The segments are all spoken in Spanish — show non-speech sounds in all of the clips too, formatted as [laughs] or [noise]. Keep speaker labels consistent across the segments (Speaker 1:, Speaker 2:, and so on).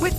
Speaker 1: With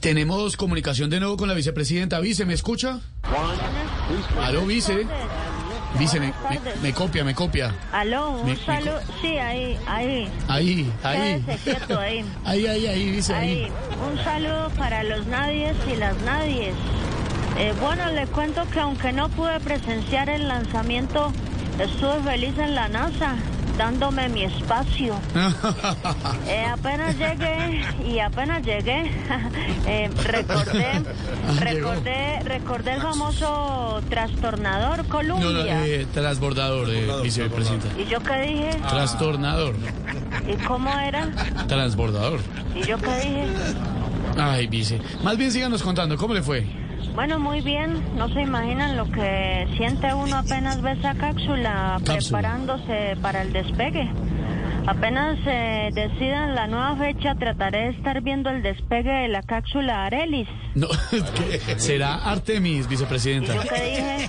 Speaker 2: Tenemos comunicación de nuevo con la vicepresidenta. Vice, ¿me escucha? Aló, vice. Vice, me, me- me copia, me copia.
Speaker 3: Aló,
Speaker 2: Me-
Speaker 3: un
Speaker 2: me
Speaker 3: saludo. Sí, ahí, ahí.
Speaker 2: Ahí, ahí.
Speaker 3: Quédese quieto ahí.
Speaker 2: [laughs] Ahí, ahí, ahí, vice, ahí.
Speaker 3: Ahí, un saludo para los nadies y las nadies. Eh, bueno, le cuento que aunque no pude presenciar el lanzamiento, estuve feliz en la NASA, dándome
Speaker 2: [laughs]
Speaker 3: mi espacio. Eh, apenas llegué y apenas llegué, [laughs] eh,
Speaker 2: [laughs]
Speaker 3: recordé, recordé, recordé el famoso trastornador
Speaker 2: No, no,
Speaker 3: Columbia.
Speaker 2: eh, Ah. transbordador, eh, vicepresidenta.
Speaker 3: ¿Y yo qué dije?
Speaker 2: Trastornador,
Speaker 3: ¿Y cómo era?
Speaker 2: transbordador.
Speaker 3: ¿Y yo qué dije?
Speaker 2: Ay, vice. Más bien síganos contando, ¿cómo le fue?
Speaker 3: Bueno, muy bien. No se imaginan lo que siente uno apenas ve esa cápsula
Speaker 2: Cápsula.
Speaker 3: preparándose para el despegue. Apenas eh, decidan la nueva fecha, trataré de estar viendo el despegue de la cápsula Arelis.
Speaker 2: No, [laughs] ¿qué? será Artemis, vicepresidenta.
Speaker 3: Yo que dije,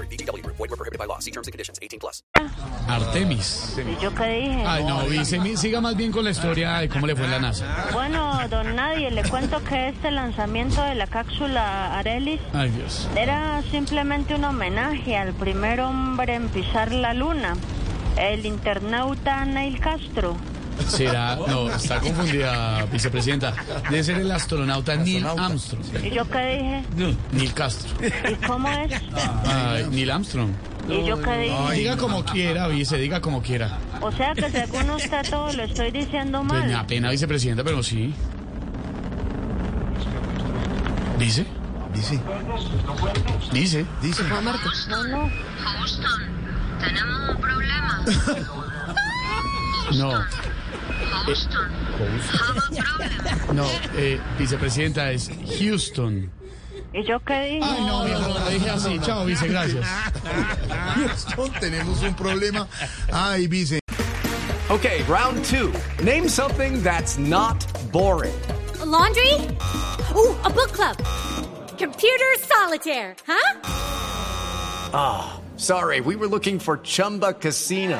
Speaker 4: VGW Group. Void were prohibited by law. See terms and conditions. 18 plus.
Speaker 2: Artemis.
Speaker 3: ¿Y yo qué dije?
Speaker 2: Ay, no, vice, mi- siga más bien con la historia de cómo le fue en la NASA.
Speaker 3: Bueno, don Nadie, le cuento que este lanzamiento de la cápsula Arelis
Speaker 2: Ay, Dios.
Speaker 3: Era simplemente un homenaje al primer hombre en pisar la luna, el internauta Neil Castro.
Speaker 2: Será, no, está confundida, vicepresidenta. Debe ser el astronauta Neil Armstrong.
Speaker 3: ¿Y yo qué dije?
Speaker 2: Neil Castro.
Speaker 3: ¿Y cómo
Speaker 2: [laughs]
Speaker 3: es?
Speaker 2: Ay, Neil Armstrong.
Speaker 3: ¿Y yo qué dije?
Speaker 2: Diga como quiera, vice, diga como quiera.
Speaker 3: O sea que según usted todo lo estoy diciendo
Speaker 2: Pues me
Speaker 3: mal.
Speaker 2: apena, vicepresidenta, pero sí. ¿Dice?
Speaker 5: Dice,
Speaker 2: Dice.
Speaker 5: dice.
Speaker 3: No, no.
Speaker 6: Houston, tenemos un problema.
Speaker 2: No,
Speaker 6: Houston, have a problem.
Speaker 2: no, eh, vicepresidenta, es Houston.
Speaker 3: ¿Y yo qué dije?
Speaker 2: Ay, no, viejo, lo dije así. Chao, vice, gracias.
Speaker 5: Houston, tenemos un problema. Ay, vice.
Speaker 7: Okay, round two. Name something that's not boring.
Speaker 8: laundry? Ooh, a book club. Computer solitaire, huh?
Speaker 7: Sorry, we were looking for Chumba Casino.